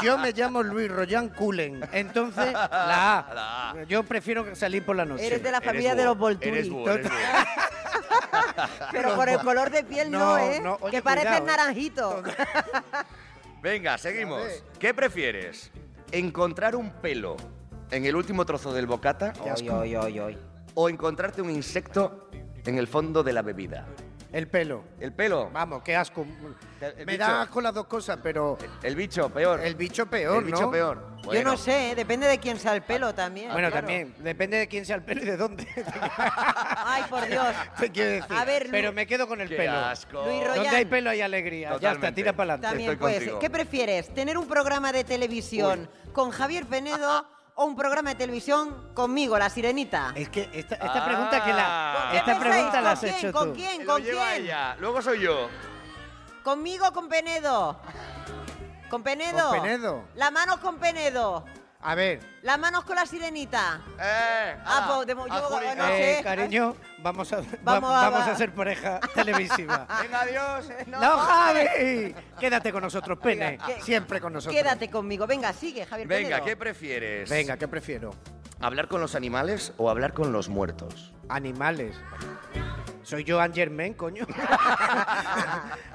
S4: Yo me llamo Luis Royan Cullen. Entonces, la
S3: *laughs*
S4: A.
S9: La A. Yo prefiero salir por la noche.
S2: Eres de la familia de los Volturi. Pero por el color de piel no,
S9: No,
S2: ¿eh?
S9: no, oye,
S2: que pareces
S9: cuidado, ¿eh?
S2: naranjito.
S3: Venga, seguimos. ¿Qué prefieres? ¿Encontrar un pelo en el último trozo del bocata? ¿O encontrarte un insecto en el fondo de la bebida?
S4: El pelo.
S3: ¿El pelo?
S4: Vamos, qué asco.
S3: El
S4: Me
S3: bicho.
S4: da asco las dos cosas, pero
S3: El bicho, peor.
S4: el bicho peor,
S3: El bicho
S4: ¿no?
S3: peor.
S2: Yo
S3: Bueno.
S2: no sé, ¿eh? depende de quién sea el pelo también.
S9: Bueno,
S2: claro.
S9: también, depende de quién sea el pelo y de dónde. *laughs*
S2: Ay, por Dios.
S9: te quiero decir.
S2: A ver, Lu-
S9: Pero me quedo con el
S3: Qué
S9: pelo.
S3: asco.
S2: Luis Royan.
S9: Donde hay pelo hay alegría. Ya está,
S3: Totalmente.
S9: tira para adelante.
S2: También
S3: Estoy
S2: puede ser.
S3: contigo.
S2: ¿Qué prefieres? ¿Tener un programa de televisión con Javier Penedo o un programa de televisión conmigo, La Sirenita?
S9: Es que esta, esta
S3: Ah.
S9: pregunta que
S3: ¿Con
S9: la
S3: qué
S9: esta
S2: pensáis?
S9: pregunta la has
S2: ¿Con quién?
S9: hecho
S2: ¿Con
S9: tú.
S2: quién?
S3: Lo
S2: ¿Con
S3: lleva
S2: quién?
S3: ella. Luego soy yo.
S2: ¿Conmigo o con Penedo? ¿Con Penedo?
S4: Con Penedo.
S2: ¿La mano con Penedo?
S4: A ver,
S2: ¿La manos con la sirenita?
S3: Eh,
S2: Ah, pues, de mo- yo-
S3: adjudica.
S2: no
S9: Eh,
S2: sé.
S9: cariño, vamos a va-
S2: Vamos
S9: vamos,
S2: a-
S9: a ser
S2: *laughs*
S9: pareja televisiva.
S3: Venga, adiós. eh,
S9: ¡No, Javi! Quédate con nosotros, pene.
S2: que-
S9: Siempre con nosotros.
S2: Quédate conmigo. Venga, sigue, Javier
S3: Venga,
S2: Penedo.
S3: ¿qué prefieres?
S4: venga, ¿qué prefiero?
S3: ¿Hablar con los animales o hablar con los muertos?
S9: Animales. Soy yo Anne Germain,
S3: *laughs*
S9: coño.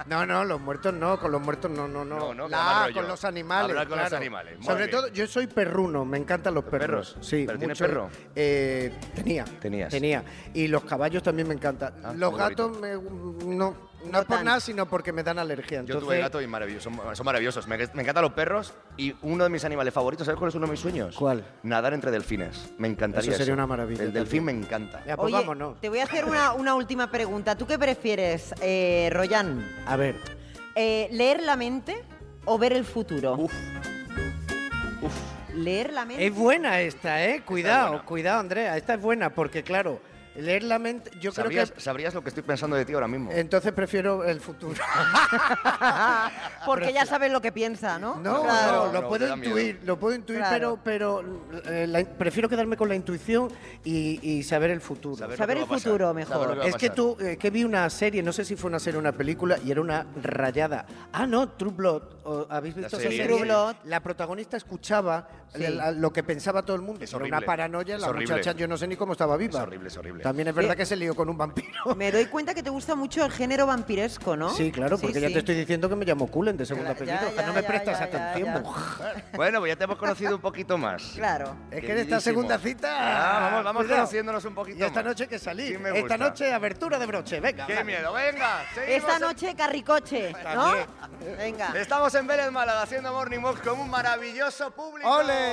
S4: No, no, los muertos no, con los muertos no, no, no.
S3: No, no, que da mal
S4: la A,
S3: rollo.
S4: con los animales.
S3: Hablar con los
S4: claro.
S3: animales, muy
S4: Sobre
S3: bien.
S4: todo, yo soy perruno, me encantan los perros.
S3: perros?
S4: Sí,
S3: ¿Pero tienes
S4: mucho.
S3: perro?
S4: Eh, tenía.
S3: Tenías.
S4: Tenía. Y los caballos también me encantan.
S3: Ah,
S4: los
S3: qué
S4: gatos me, no, no es por
S2: tanto.
S4: nada, sino porque me dan alergia.
S3: Yo
S4: Entonces,
S3: tuve gato y maravilloso, son- son maravillosos. Me, me encantan los perros y uno de mis animales favoritos, ¿sabes cuál es uno de mis sueños?
S4: ¿Cuál?
S3: Nadar entre delfines. Me encantaría.
S4: Eso sería una maravilla
S3: El delfín me
S4: también.
S3: encanta.
S9: Ya, pues
S2: Oye,
S9: vámonos.
S2: te voy a hacer una, una última pregunta. ¿Tú qué prefieres, eh, Royan?
S9: A ver.
S2: Eh, ¿Leer la mente o ver el futuro?
S3: Uf. Uf.
S2: Leer la mente.
S9: Es buena esta, ¿eh? Cuidado,
S3: buena.
S9: cuidado, Andrea. Esta es buena porque, claro, leer la mente... Yo creo que...
S3: ¿Sabrías, sabrías lo que estoy pensando de ti ahora mismo.
S2: Eh.
S4: Entonces prefiero el futuro.
S2: *laughs* Porque ya sabes lo que piensa, ¿no?
S4: No,
S2: Claro.
S4: no, lo
S3: no,
S4: puedo
S3: te da
S4: intuir, lo puedo intuir,
S2: Claro.
S4: pero, pero eh, la- prefiero quedarme con la intuición y, y saber el futuro.
S3: Saber lo
S2: saber
S3: que
S2: el
S3: va a pasar,
S2: futuro
S3: saber lo
S2: mejor.
S3: va a
S4: Es que
S3: pasar.
S4: tú, eh, que vi una serie, no sé si fue una serie o una película, y era una rayada. Ah, no, True Blood. ¿O ¿Habéis visto esa
S3: serie.
S4: serie?
S2: True Blood.
S4: La protagonista escuchaba
S2: Sí.
S4: el- la- lo que pensaba todo el mundo.
S3: Es
S4: Era
S3: horrible.
S4: una paranoia,
S3: Es
S4: la
S3: horrible.
S4: muchacha, yo no sé ni cómo estaba viva.
S3: Es horrible, es horrible.
S4: También es
S2: Eh,
S4: verdad que se lió con un vampiro.
S2: Me doy cuenta que te gusta mucho el género vampiresco, ¿no?
S4: Sí, claro, porque ya
S2: sí.
S4: te estoy diciendo que me llamo Cullen de segundo
S2: Ya, ya,
S4: apellido. que no me
S2: ya,
S4: prestas
S2: ya, ya,
S4: atención.
S2: ya.
S4: *laughs* mujer.
S3: Bueno, pues ya te hemos conocido un poquito más.
S2: Claro.
S4: Es que en esta
S3: Queridísimo.
S4: segunda cita.
S3: Ah, vamos, vamos
S4: cuidado.
S3: conociéndonos un poquito.
S4: Y esta
S3: más.
S4: noche hay que salir.
S3: Sí me gusta.
S4: esta noche, abertura de broche. Venga.
S3: ¡Qué
S4: vamos.
S3: miedo! ¡Venga! seguimos
S2: Esta
S3: en-
S2: noche carricoche, ¿no? Venga.
S3: Estamos en Vélez Málaga haciendo Morning Moves con un maravilloso público.
S4: ¡Ole!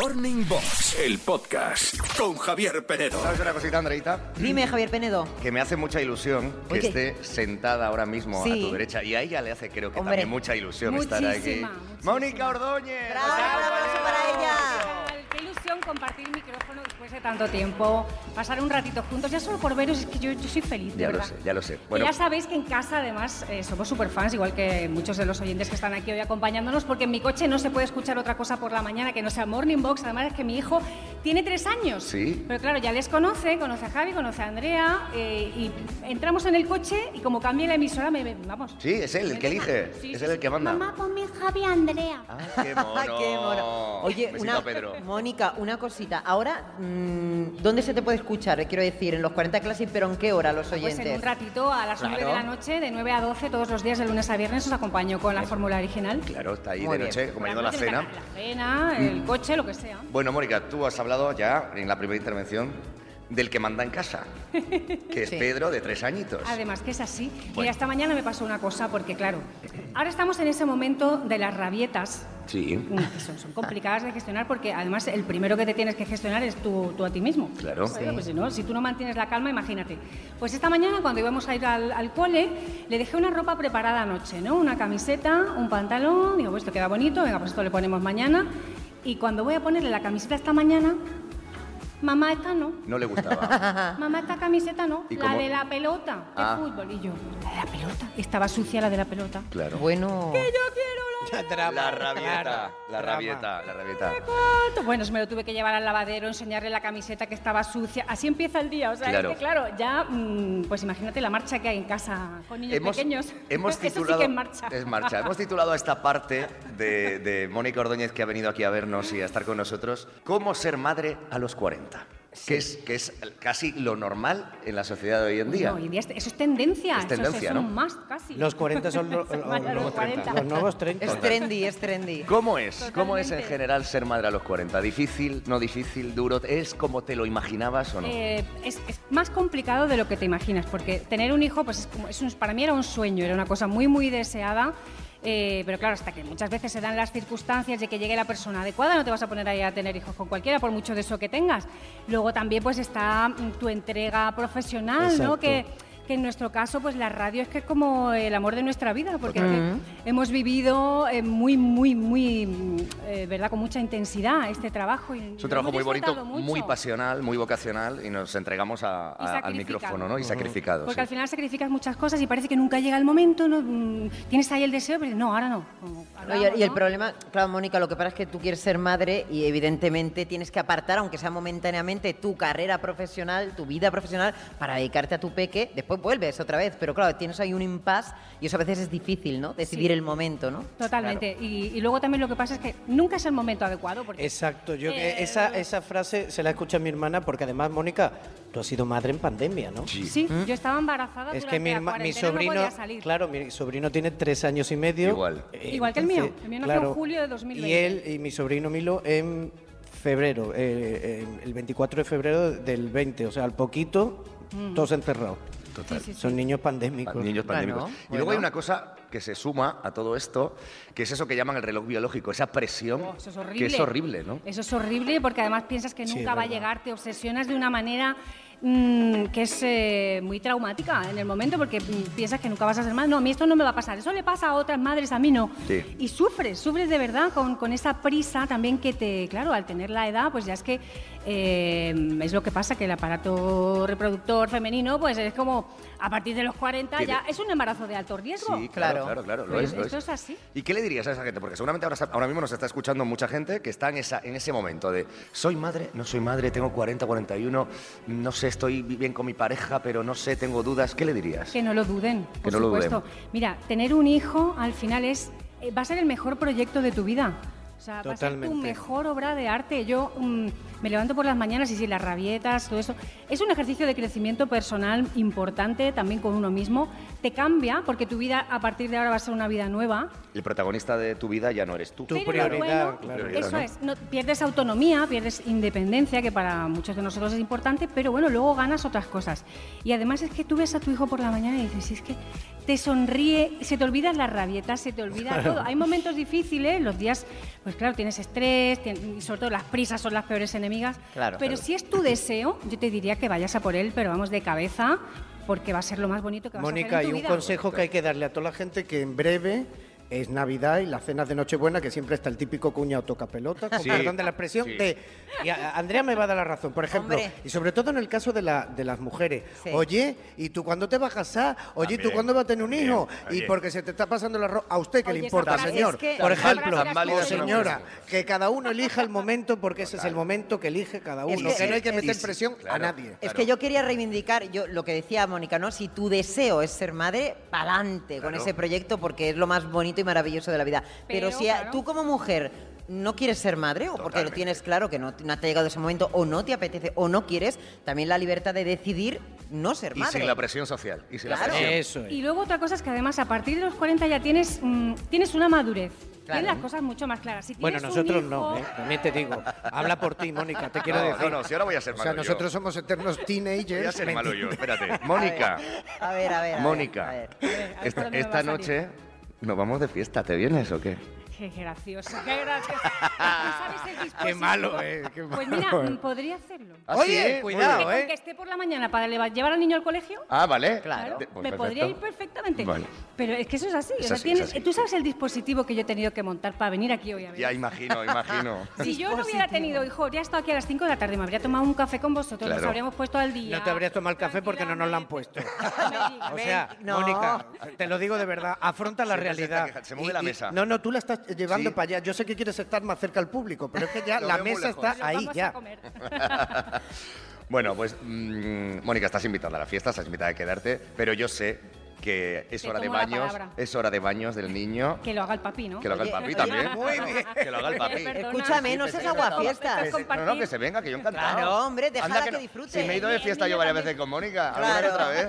S1: Morning Box, el podcast con Javier Penedo.
S3: ¿Sabes una cosita, Andreita?
S2: Dime, Javier Penedo.
S3: Que me hace mucha ilusión que
S2: Oye.
S3: esté sentada ahora mismo a
S2: Sí.
S3: tu derecha. Y a ella le hace, creo que
S2: Hombre.
S3: también, mucha ilusión estar aquí.
S6: Muchísima, muchísima.
S3: ¡Mónica Ordóñez!
S2: Bravo, un aplauso para ella.
S6: Qué ilusión compartir micrófono después de tanto tiempo, pasar un ratito juntos, ya solo por veros es que yo, yo soy feliz, de
S3: Ya lo
S6: verdad.
S3: sé, ya lo sé.
S6: Y
S3: Bueno,
S6: ya sabéis que en casa además eh, somos súper fans, igual que muchos de los oyentes que están aquí hoy acompañándonos, porque en mi coche no se puede escuchar otra cosa por la mañana que no sea Morning Box. Además es que mi hijo tiene tres años.
S3: Sí.
S6: Pero claro, ya les conoce, conoce a Javi, conoce a Andrea, eh, y entramos en el coche y como cambia la emisora, me, me- vamos.
S3: sí, es él el que
S6: Me deja.
S3: elige.
S6: Sí,
S3: es
S6: sí,
S3: él el
S6: sí.
S3: que
S2: *laughs*
S3: manda.
S7: Mamá, ponme Javi Andrea.
S3: Ah, ¡Qué mono!
S2: Qué mono. Oye,
S3: Besito
S2: una,
S3: a Pedro.
S2: Mónica, una cosita. Ahora, mm, ¿dónde se te puede escuchar? Eh, Quiero decir, en los 40 Classic, pero ¿en qué hora los oyentes?
S6: Pues en un ratito, a las
S2: Claro.
S6: 9 de la noche, de 9 a 12, todos los días, de lunes a viernes, os acompaño con la fórmula original.
S3: Claro, está ahí
S6: Muy
S3: de
S6: bien.
S3: noche, acompañando la
S6: Tiene que
S3: cena.
S6: acabar La cena, el
S3: Mm.
S6: coche, lo que sea.
S3: Bueno, Mónica, tú has hablado ya en la primera intervención del que manda en
S6: *laughs*
S3: casa, que es
S6: Sí.
S3: Pedro de tres añitos.
S6: Además, que es así.
S3: Bueno.
S6: Mira, esta mañana me pasó una cosa, porque claro, ahora estamos en ese momento de las rabietas,
S3: Sí.
S6: mm, que son, son complicadas de gestionar, porque además el primero que te tienes que gestionar es tú, tú a ti mismo.
S3: Claro.
S6: Bueno,
S3: Sí.
S6: pues si, no, si tú no mantienes la calma, imagínate. Pues esta mañana, cuando íbamos a ir al, al cole, le dejé una ropa preparada anoche, ¿no? Una camiseta, un pantalón, digo, pues esto queda bonito, venga, pues esto le ponemos mañana. Y cuando voy a ponerle la camiseta esta mañana, mamá, esta no.
S3: No le gustaba.
S6: *laughs* Mamá, esta camiseta no,
S3: ¿Y
S6: la
S3: cómo?
S6: de la pelota de
S3: Ah.
S6: fútbol. Y yo, la de la pelota. Estaba sucia la de la pelota.
S3: Claro.
S2: Bueno.
S6: Que yo quiero
S3: La rabieta, la rabieta, la rabieta.
S6: tanto. Bueno, se me lo tuve que llevar al lavadero, enseñarle la camiseta que estaba sucia. Así empieza el día. O sea,
S3: Claro.
S6: es que claro, ya, mm, pues imagínate la marcha que hay en casa con niños pequeños.
S3: *laughs* hemos
S6: *laughs* Eso sí
S3: titulado,
S6: que es marcha.
S3: es marcha. Hemos titulado a esta parte de, de Mónica Ordóñez, que ha venido aquí a vernos y a estar con nosotros, ¿Cómo ser madre a los 40? Que, es, que es casi lo normal en la sociedad de hoy en día.
S6: *laughs* No, hoy día es- eso es tendencia.
S3: Es
S6: eso
S3: tendencia,
S6: es
S3: ¿no?
S6: un más casi.
S3: Los 40 son
S4: *laughs*
S6: *laughs*
S3: lo-
S6: Son
S3: lo-
S6: más
S3: los
S6: los
S3: 30.
S6: 40.
S4: Los nuevos 30.
S2: Es trendy, es trendy.
S3: ¿Cómo es? ¿Cómo es en
S6: Totalmente.
S3: general ser madre a los 40? ¿Difícil, no difícil, duro? ¿Es como te lo imaginabas o no?
S6: Eh, es, es más complicado de lo que te imaginas, porque tener un hijo, pues es como- es un- para mí era un sueño, era una cosa muy, muy deseada. eh, pero claro, hasta que muchas veces se dan las circunstancias de que llegue la persona adecuada, no te vas a poner ahí a tener hijos con cualquiera, por mucho de eso que tengas. Luego también pues está mm, tu entrega profesional,
S13: Exacto.
S6: ¿no? Que, que en nuestro caso, pues la radio es que es como el amor de nuestra vida, porque es que
S13: Total.
S6: hemos vivido eh, muy, muy, muy, mm, eh, ¿verdad? Con mucha intensidad este trabajo. y
S3: Es
S6: lo
S3: un trabajo
S6: hemos
S3: muy bonito,
S6: disfrutado
S3: muy
S6: mucho.
S3: pasional, muy vocacional y nos entregamos a-
S6: Y
S3: a- al
S6: sacrificado.
S3: micrófono, ¿no? Y
S6: Ujú.
S3: sacrificados.
S6: Porque al final sacrificas muchas cosas y parece que nunca llega el momento, ¿no? Mm, tienes ahí el deseo, pero no, ahora no.
S2: No,
S6: Como
S2: y,
S6: hablábamos,
S2: y el
S6: ¿no?
S2: problema, claro, Mónica, lo que pasa es que tú quieres ser madre y evidentemente tienes que apartar, aunque sea momentáneamente, tu carrera profesional, tu vida profesional, para dedicarte a tu peque. Después vuelves otra vez, pero claro, tienes ahí un impasse y eso a veces es difícil, ¿no? Decidir
S6: Sí.
S2: el momento, ¿no?
S6: Totalmente. Y, y luego también lo que pasa es que nunca es el momento adecuado. Porque
S4: Exacto, yo que
S6: Eh,
S4: esa, esa frase se la escucha mi hermana porque además, Mónica, tú has sido madre en pandemia, ¿no?
S6: sí, yo estaba embarazada.
S4: ¿Mm? Es
S6: durante
S4: que mi,
S6: la
S4: herma- mi
S6: cuarentena, No
S4: sobrino,
S6: podía salir.
S4: claro, mi sobrino tiene tres años y medio. Igual.
S6: Igual que el mío. El mío nació en julio de 2020.
S4: Y él y mi sobrino Milo en febrero, eh, eh, el 24 de febrero del 20, o sea, al poquito,
S3: Mm.
S4: todos encerrados.
S3: Total. Sí, sí, sí.
S4: Son niños pandémicos.
S3: Niños pandémicos. y luego hay una cosa que se suma a todo esto, que es eso que llaman el reloj biológico, esa presión
S6: Oh, eso es horrible.
S3: que es horrible, ¿no?
S6: Eso es horrible porque además piensas que
S3: Sí,
S6: nunca
S3: es
S6: va a
S3: verdad.
S6: llegar, te obsesionas de una manera mm, que es eh, muy traumática en el momento porque mm, piensas que nunca vas a ser madre. No, a mí esto no me va a pasar. Eso le pasa a otras madres, a mí no.
S13: Sí.
S6: Y sufres, sufres de verdad con, con esa prisa también que te, claro, al tener la edad, pues ya es que eh, es lo que pasa, que el aparato reproductor femenino, pues es como a partir de los 40
S3: Tiene-
S6: ya es un embarazo de alto riesgo.
S3: Sí, claro, claro, claro, lo
S6: Pero
S3: es, lo
S6: esto
S3: es.
S6: es así.
S3: ¿Y qué le dirías a esa gente? Porque seguramente ahora, ahora mismo nos está escuchando mucha gente que está en, esa, en ese momento de soy madre, no soy madre, tengo 40, 41, no sé, estoy bien con mi pareja, pero no sé, tengo dudas. ¿Qué le dirías?
S6: Que no lo duden,
S3: Que
S6: por
S3: no lo
S6: supuesto.
S3: duden.
S6: Mira, tener un hijo al final es eh, va a ser el mejor proyecto de tu vida. O sea, va a ser tu
S13: Totalmente.
S6: mejor obra de arte. Yo mm, me levanto por las mañanas y si las rabietas, todo eso. Es un ejercicio de crecimiento personal importante también con uno mismo. Te cambia porque tu vida a partir de ahora va a ser una vida nueva.
S3: El protagonista de tu vida ya no eres tú.
S6: Tu Pero lo prioridad, bueno-
S3: Tu prioridad,
S6: Eso
S3: ¿no?
S6: es, no, pierdes autonomía, pierdes independencia, que para muchos de nosotros es importante, pero bueno, luego ganas otras cosas. Y además es que tú ves a tu hijo por la mañana y dices, "Si es que te sonríe, se te olvidan las rabietas, se te olvida
S3: *laughs*
S13: Claro.
S6: todo. Hay momentos difíciles, los días, pues claro, tienes estrés, tien- y sobre todo las prisas son las peores enemigas.
S13: Claro.
S6: pero
S13: Claro.
S6: si es tu deseo, yo te diría que vayas a por él, pero vamos de cabeza, porque va a ser lo más bonito que vas a
S4: Mónica,
S6: hacer
S4: y
S6: en tu
S4: un
S6: vida.
S4: consejo que hay que darle a toda la gente que en breve es Navidad y las cenas de Nochebuena, que siempre está el típico cuñado toca pelota, con
S16: Sí,
S4: perdón de la expresión,
S16: sí.
S4: de... Y a- a- Andrea me va a dar la razón, por ejemplo,
S16: Hombre.
S4: y sobre todo en el caso de, la- de las mujeres.
S16: Sí.
S4: Oye, ¿y tú cuándo te vas a casar? Oye, ¿tú
S16: También,
S4: cuándo vas a tener un hijo? Y
S16: oye.
S4: porque se te está pasando el arroz, ¿a usted qué
S16: Oye,
S4: le importa,
S16: esa frase
S4: señor?
S16: es que-
S4: por
S16: Tan mal-
S4: ejemplo,
S16: tan válida
S4: o
S16: como
S4: señora,
S16: esa.
S4: que cada uno elija el momento porque ese es el momento que elige cada
S2: Es
S4: uno,
S2: que-
S4: que no hay que
S2: es-
S4: meter
S2: es-
S4: presión a nadie.
S2: Es que yo quería reivindicar yo lo que decía Mónica, ¿no? Si tu deseo es ser madre, pa'lante con
S4: Claro.
S2: ese proyecto porque es lo más bonito y maravilloso de la vida. Pero,
S13: Pero,
S2: si a-
S13: claro.
S2: tú como mujer no quieres ser madre o porque lo tienes claro que no, no te ha llegado ese momento o no te apetece o no quieres, también la libertad de decidir no ser
S3: Y
S2: madre.
S3: sin la presión social. Y sin la
S2: Claro.
S3: presión.
S4: Eso
S17: Y luego otra cosa es que además a partir de los 40 ya tienes, mm, tienes una madurez.
S4: Claro.
S17: Tienes las cosas mucho más claras. Si
S4: Bueno,
S17: tienes
S4: nosotros
S17: un
S4: no,
S17: hijo-
S4: ¿eh? también te digo. Habla por ti, Mónica, te quiero
S3: No,
S4: decir.
S3: no, no, si ahora voy a ser
S4: O sea,
S3: malo yo.
S4: nosotros somos eternos teenagers.
S3: Voy a ser malo yo, espérate.
S4: *laughs* A
S3: Mónica,
S2: A ver, a ver. a ver,
S3: Mónica.
S2: a ver.
S3: esta,
S17: dónde me
S3: esta
S17: va a salir.
S3: noche ¿eh? nos vamos de fiesta, ¿te vienes o qué?
S17: Qué gracioso, qué
S3: *laughs*
S17: gracioso. ¿No sabes el dispositivo?
S4: Ah, malo, eh, qué
S17: Pues
S4: malo,
S17: mira,
S4: eh.
S17: mm, podría hacerlo.
S3: ¿Ah, sí?
S4: Oye,
S3: Muy
S4: cuidado,
S17: Porque
S4: ¿eh?
S17: aunque esté por la mañana para leva- llevar al niño al colegio,
S3: Ah, vale.
S17: claro,
S3: De-
S17: me
S3: pues perfecto.
S17: podría ir perfectamente.
S3: Vale.
S17: Pero es que eso es así. o
S3: Es
S17: sea,
S3: así, es
S17: tienes-
S3: así.
S17: Tú sabes el dispositivo que yo he tenido que montar para venir aquí hoy a ver.
S3: Ya
S17: *laughs*
S3: imagino, imagino.
S17: Si yo no hubiera tenido hijo, ya estado aquí a las 5 de la tarde, me habría tomado un café con vosotros,
S3: Claro.
S17: nos habríamos puesto al día.
S4: No te habrías tomado el café porque no nos lo han puesto.
S17: *laughs*
S4: O sea,
S2: No.
S4: Mónica, te lo digo de verdad, afronta la
S3: Siempre se está
S4: realidad.
S3: queja- se mueve la mesa.
S4: No, no, tú la estás llevando
S3: Sí.
S4: para allá. Yo sé que quieres estar más cerca al público, pero es que
S3: *laughs*
S4: ya
S3: Lo
S4: la
S3: veo muy
S4: mesa
S3: lejos.
S4: está
S17: Nos
S4: ahí
S17: vamos a
S4: ya.
S17: comer.
S3: Bueno, pues mm, Mónica, estás invitada a la fiesta, estás invitada a quedarte, pero yo sé que es
S17: Te
S3: hora de
S17: tomo la
S3: baños,
S17: palabra.
S3: es hora de baños del niño.
S17: Que lo haga el papi, ¿no?
S3: Que lo haga el
S2: Oye,
S3: papi
S2: oye,
S3: también.
S17: *laughs*
S2: muy
S3: bien. Que lo haga el papi.
S17: Perdona,
S2: Escúchame,
S17: sí,
S2: no
S17: te
S2: seas
S17: estoy
S2: aguafiestas.
S17: tratando.
S3: Que se- No, no, que se venga, que yo encantado.
S2: Claro, hombre, déjala
S3: Anda
S2: que
S3: no-
S2: disfrute.
S3: Si me he ido de
S17: El
S3: fiesta yo
S17: niño
S3: varias
S17: también.
S3: veces con Mónica, alguna
S2: Claro.
S3: otra vez.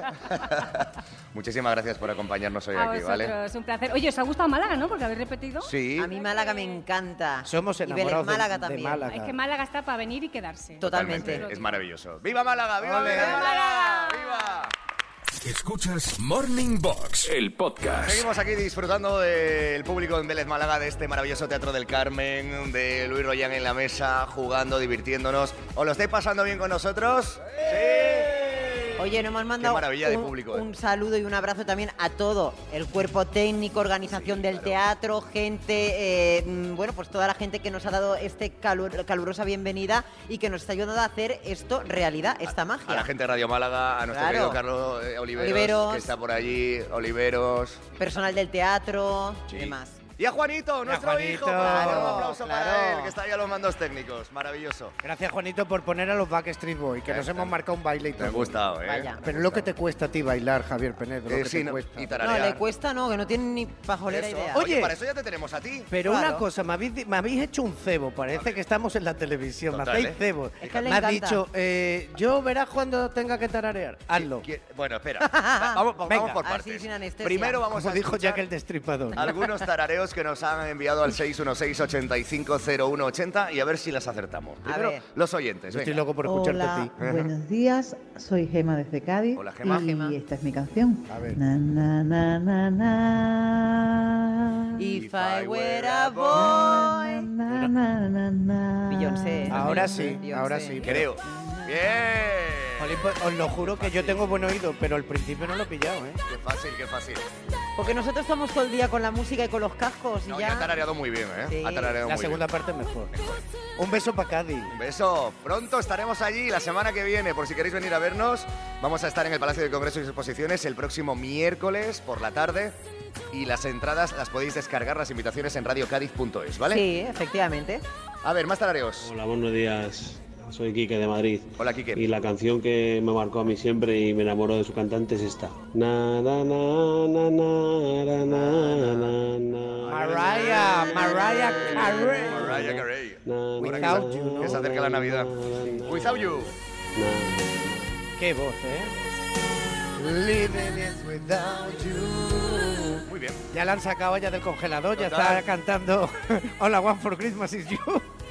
S2: *laughs*
S3: Muchísimas gracias por acompañarnos hoy
S17: A
S3: aquí, ¿vale?
S17: vosotros, un placer. Oye, ¿os ha gustado Málaga, no? Porque habéis repetido.
S3: Sí.
S2: A mí Málaga me encanta.
S4: Somos
S2: Y Vélez
S4: enamorados de-
S2: Málaga
S4: de
S2: también.
S4: Málaga.
S17: Es que Málaga está para venir y quedarse.
S2: Totalmente.
S3: Es maravilloso. ¡Viva Málaga! ¡Viva
S4: Ole.
S3: Vélez Málaga! ¡Viva!
S1: Escuchas Morning Box, el podcast.
S3: Seguimos aquí disfrutando del público en Vélez Málaga, de este maravilloso Teatro del Carmen, de Luis Royán en la mesa, jugando, divirtiéndonos. ¿Os lo estáis pasando bien con nosotros?
S2: Oye, nos hemos mandado
S3: maravilla
S2: un,
S3: de público, eh.
S2: un saludo y un abrazo también a todo el cuerpo técnico, organización del teatro, gente, eh, mm, bueno, pues toda la gente que nos ha dado este calur- calurosa bienvenida y que nos está ayudando a hacer esto realidad, esta magia.
S3: A la gente de Radio Málaga, a nuestro
S2: Claro.
S3: querido Carlos eh, Oliveros,
S2: Oliveros.
S3: que está por allí, Oliveros.
S2: Personal del teatro
S3: Sí.
S2: y demás.
S3: Y a Juanito, nuestro
S4: Juanito.
S3: hijo. Claro, un aplauso para
S2: Claro.
S3: él, que está ahí a los mandos técnicos. Maravilloso.
S4: Gracias, Juanito, por poner a los Backstreet Boys, que
S3: Ya
S4: nos
S3: está.
S4: hemos marcado un baile y
S3: Me ha
S4: todo.
S3: gustado, ¿eh?
S2: Vaya.
S4: Pero lo que te cuesta a ti bailar, Javier Penedo, lo
S3: Eh,
S4: que
S3: sí,
S4: te
S3: no-
S4: cuesta.
S3: y
S2: No,
S3: tararear.
S2: le cuesta no, que no tiene ni pajolera
S3: Eso.
S2: idea.
S3: Oye,
S4: Oye.
S3: para eso ya te tenemos a ti.
S4: Pero una
S2: Claro.
S4: cosa, me habéis, di- me habéis hecho un cebo. Parece que estamos en la televisión. me
S3: Total,
S4: hacéis
S3: ¿eh?
S4: cebo.
S2: Es que le
S4: me has
S2: encanta.
S4: dicho, eh, yo verás cuando tenga que tararear. Hazlo.
S3: Qui- Bueno, espera. Va- Vamos, vamos
S4: Venga.
S3: por
S2: Así,
S3: partes.
S2: sin anestesia.
S3: Primero vamos
S4: Como
S3: a
S4: dijo
S3: escuchar
S4: Jack el Destripador.
S3: algunos tarareos que nos han enviado al 616-850180 y a ver si las acertamos. Primero,
S2: ver.
S3: los oyentes.
S4: Yo estoy
S3: venga.
S4: loco por escucharte a ti.
S3: Ajá.
S18: Buenos días, soy Gema desde Cádiz.
S3: Hola, Gema.
S18: Y
S2: Gema.
S18: esta es mi canción.
S4: A ver.
S18: Na, na, na, na, na.
S2: If I were a boy.
S18: Na, na, na, na.
S2: Beyoncé.
S4: Ahora sí,
S2: Beyoncé.
S4: ahora sí.
S3: Creo. Bien.
S4: Jolín, pues, os lo juro que yo tengo buen oído, pero al principio no lo he pillado, ¿eh?
S3: Qué fácil, qué fácil.
S2: Porque nosotros estamos todo el día con la música y con los cascos y
S3: No, ya ha
S2: ya.
S3: tarareado muy bien, ¿eh?
S2: Sí.
S3: Ha tarareado
S4: La
S3: muy
S4: segunda
S3: bien.
S4: parte es mejor. Un beso para Cádiz.
S3: Un beso. Pronto estaremos allí la semana que viene. Por si queréis venir a vernos, vamos a estar en el Palacio de Congresos y Exposiciones el próximo miércoles por la tarde. Y las entradas las podéis descargar, las invitaciones en radiocádiz.es, ¿vale?
S2: Sí, efectivamente.
S3: A ver, más tarareos.
S12: Hola, buenos días. Soy Quique de Madrid.
S3: Hola, Quique.
S12: Y la canción que me marcó a mí siempre y me enamoró de su cantante es esta. Na, na, na, na, na, na, na, na, na.
S4: Mariah, Mariah Carey.
S3: Mariah Carey.
S12: Na,
S4: Without
S12: na,
S4: you,
S12: na,
S4: ¿no?
S3: Que se acerca la
S12: na,
S3: Navidad.
S12: na, na,
S3: Without you.
S12: na.
S4: Qué voz, ¿eh? Living is without you.
S3: Muy bien.
S4: Ya la han sacado ya del congelador, ya
S3: Total.
S4: está cantando *laughs* Hola One for Christmas is you.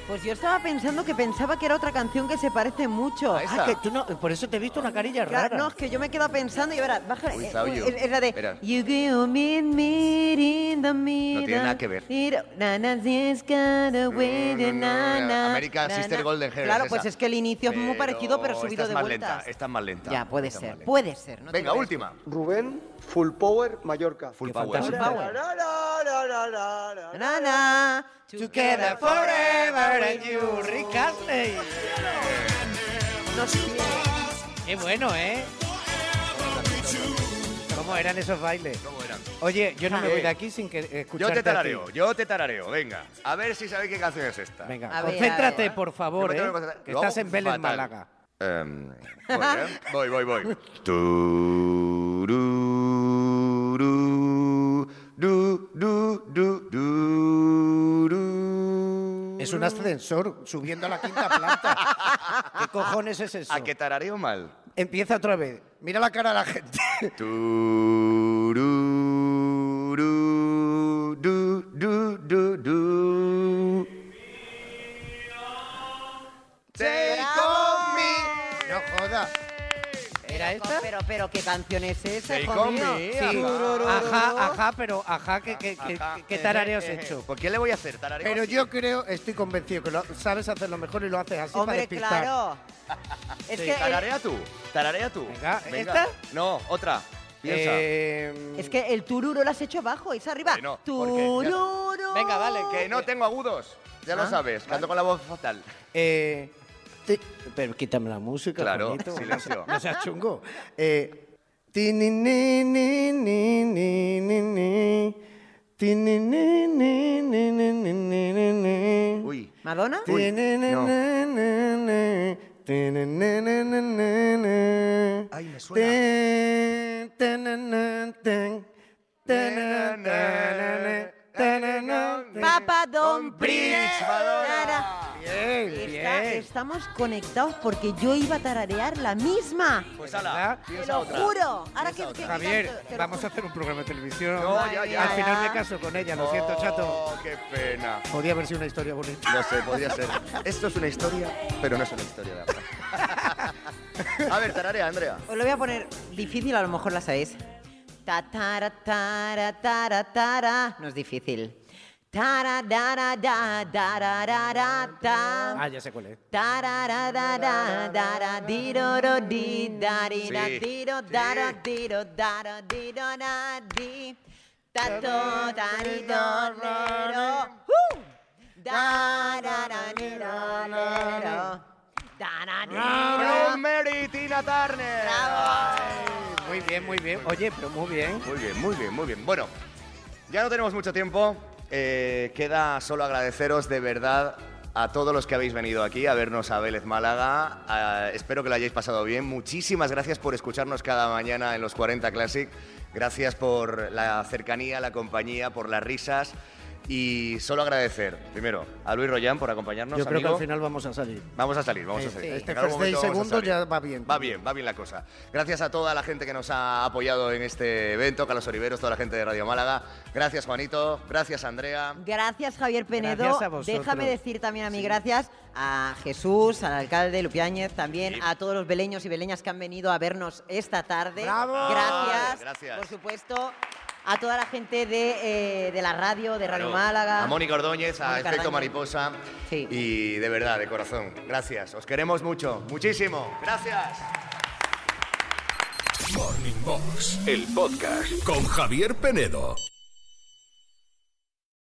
S2: Pues yo estaba pensando que pensaba que era otra canción que se parece mucho.
S3: A esa.
S4: Ah, que tú no, por eso te he visto una carilla
S2: Claro,
S4: rara.
S2: no, es que yo me he quedado pensando y verás, baja.
S3: Uy,
S2: eh,
S3: Claudio,
S2: eh, Es la de.
S3: espera.
S2: You give me meat in the middle.
S3: No tiene nada que ver. Mm,
S2: It- na, na, this kind of way,
S3: No, no,
S2: na,
S3: no,
S2: na,
S3: American
S2: na,
S3: Sister
S2: na.
S3: Golden Hair.
S2: Claro,
S3: es
S2: pues
S3: esa.
S2: es que el inicio es muy parecido, pero
S3: esta
S2: subido
S3: es
S2: de
S3: más
S2: vueltas.
S3: Lenta, esta es más lenta.
S2: Ya, puede
S3: Esta es más
S2: ser,
S3: lenta.
S2: puede ser. no te
S3: Venga,
S2: creas.
S3: última.
S19: Rubén, Full Power, Mallorca.
S3: Full
S4: Qué
S3: power.
S4: fantástico.
S2: Na, na,
S4: Together forever and you, Rick Astley.
S2: Nos tiene.
S4: Qué bueno, ¿eh? ¿Cómo eran esos bailes?
S3: ¿Cómo eran?
S4: Oye, yo no me
S3: Eh,
S4: voy de aquí sin que
S3: Yo
S4: escucharte
S3: te
S4: a ti.
S3: tarareo, yo te tarareo, venga. A ver si sabéis qué canción es esta.
S4: Venga,
S2: A ver,
S4: concéntrate,
S2: a ver.
S4: por
S3: Yo
S4: favor,
S3: me tengo que
S4: ¿eh?
S3: concentrar.
S4: Que
S3: Lo
S4: estás
S3: hago
S4: en Vélez,
S3: fatal.
S4: Málaga.
S3: Em, voy, ¿eh? voy, voy,
S4: *laughs*
S3: voy. Tururú, du, du, du, du, du.
S2: Mm.
S4: un ascensor subiendo a la
S3: *laughs*
S4: quinta planta. ¿Qué cojones es eso?
S3: ¿A qué tarareo mal?
S4: Empieza otra vez. Mira la cara de la gente.
S3: Tururú, du, du, du, du.
S9: Take
S4: on me. No jodas.
S2: ¿Era esta? Pero, pero, ¿qué canción es esa,
S4: Take
S2: hijo
S4: on
S2: mío?
S4: me, ajá. Ajá, ajá, pero ajá, ¿qué, qué, qué, qué tarareo has hecho?
S3: Eh, ¿Por qué le voy a hacer tarareo?
S4: Pero yo creo, estoy convencido que lo, sabes hacerlo mejor y lo haces así para
S2: Hombre,
S4: despistar. *laughs*
S2: claro. Es
S3: Sí,
S2: que el-
S3: tararea tú, tararea tú. Venga, Eh,
S2: ¿esta?
S3: No, otra. Piensa.
S4: Eh,
S2: Es que el tururo lo has hecho bajo, es arriba.
S3: no, porque ya-
S2: tururo.
S3: Venga, vale, que no tengo agudos. Ya
S2: Ah,
S3: lo sabes, canto con la voz fatal.
S4: Eh, ti- pero quítame la música.
S3: Claro,
S4: Juanito.
S3: silencio.
S4: No seas chungo. Eh, ti, ni, ni, ni, ni, ni, ni, ni. Ti, ni, ni, ni, ni, ni, ni, ni, ni, ni.
S3: Uy.
S2: ¿Madonna?
S4: Ti, ni, ni,
S2: no.
S4: ni, ni, ni. Ti, ni, ni, ni, ni, ni, ni.
S3: Ay, me
S9: suena.
S4: Ten, ten, ten, ten, ten, ten, ten, ten, ten, ten, ten, ten.
S2: Papa Don
S4: Prince, este,
S2: Madonna. pues Estamos conectados porque yo iba a tararear la misma.
S3: Pues ala,
S2: Te
S3: piensa
S2: lo
S3: otra.
S2: juro. Ahora que,
S3: Piensa
S2: que-
S3: otra.
S4: Javier,
S2: te lo
S4: vamos a hacer un programa de televisión.
S3: No, ya, ya.
S4: Al final me caso con ella, lo siento, chato.
S3: Oh, qué pena.
S4: Podía haber sido una historia bonita.
S3: No sé, podría ser. Esto es una historia, pero no es una historia de *laughs* amor. A ver, tararea, Andrea.
S2: Os lo voy a poner difícil, a lo mejor la sabéis. Ta, tara, tara, tara, tara. No es difícil. Tara, dara, da, dara, dara, da.
S4: Ah, ya sé cuál es.
S2: Tarara, da, da, dara, diro, ro, di, dari, da,
S4: Sí.
S2: diro, dara, diro, dara, diro, da, di. Tato, dari, do, rero. ¡Uh! Da, da, da, di, do, rero. Da, da, di, do.
S3: Mary Tina Turner.
S4: Muy bien, muy bien. Oye, pero muy bien.
S3: Muy bien, muy bien, muy bien. Bueno, ya no tenemos mucho tiempo. Eh, queda solo agradeceros de verdad a todos los que habéis venido aquí a vernos a Vélez Málaga. Ah, espero que lo hayáis pasado bien. Muchísimas gracias por escucharnos cada mañana en los 40 Classic. Gracias por la cercanía, la compañía, por las risas. Y solo agradecer, primero, a Luis Rollán por acompañarnos.
S4: Yo creo que
S3: amigo.
S4: al final vamos a salir.
S3: Vamos a salir, vamos a
S4: Sí,
S3: salir.
S4: sí. Este
S3: En algún
S4: first day
S3: momento vamos a
S4: segundo
S3: salir.
S4: ya va bien.
S3: Va bien, va bien la cosa. Gracias a toda la gente que nos ha apoyado en este evento, Carlos Oliveros, toda la gente de Radio Málaga. Gracias, Juanito. Gracias, Andrea.
S2: Gracias, Javier Penedo.
S3: Gracias a vosotros.
S2: Déjame decir también a mí gracias a Jesús, al alcalde Lupiáñez, también a todos los beleños y beleñas que han venido a vernos esta tarde. Gracias.
S3: Gracias.
S2: Por supuesto, a toda la gente de, eh, de la radio, de Radio
S3: Claro.
S2: Málaga.
S3: A Mónica Ordóñez, a
S2: Mónica
S3: Efecto
S2: Ordóñez.
S3: Mariposa. Y de verdad, de corazón, gracias. Os queremos mucho, muchísimo. Gracias.
S1: Morning Box, el podcast con Javier Penedo.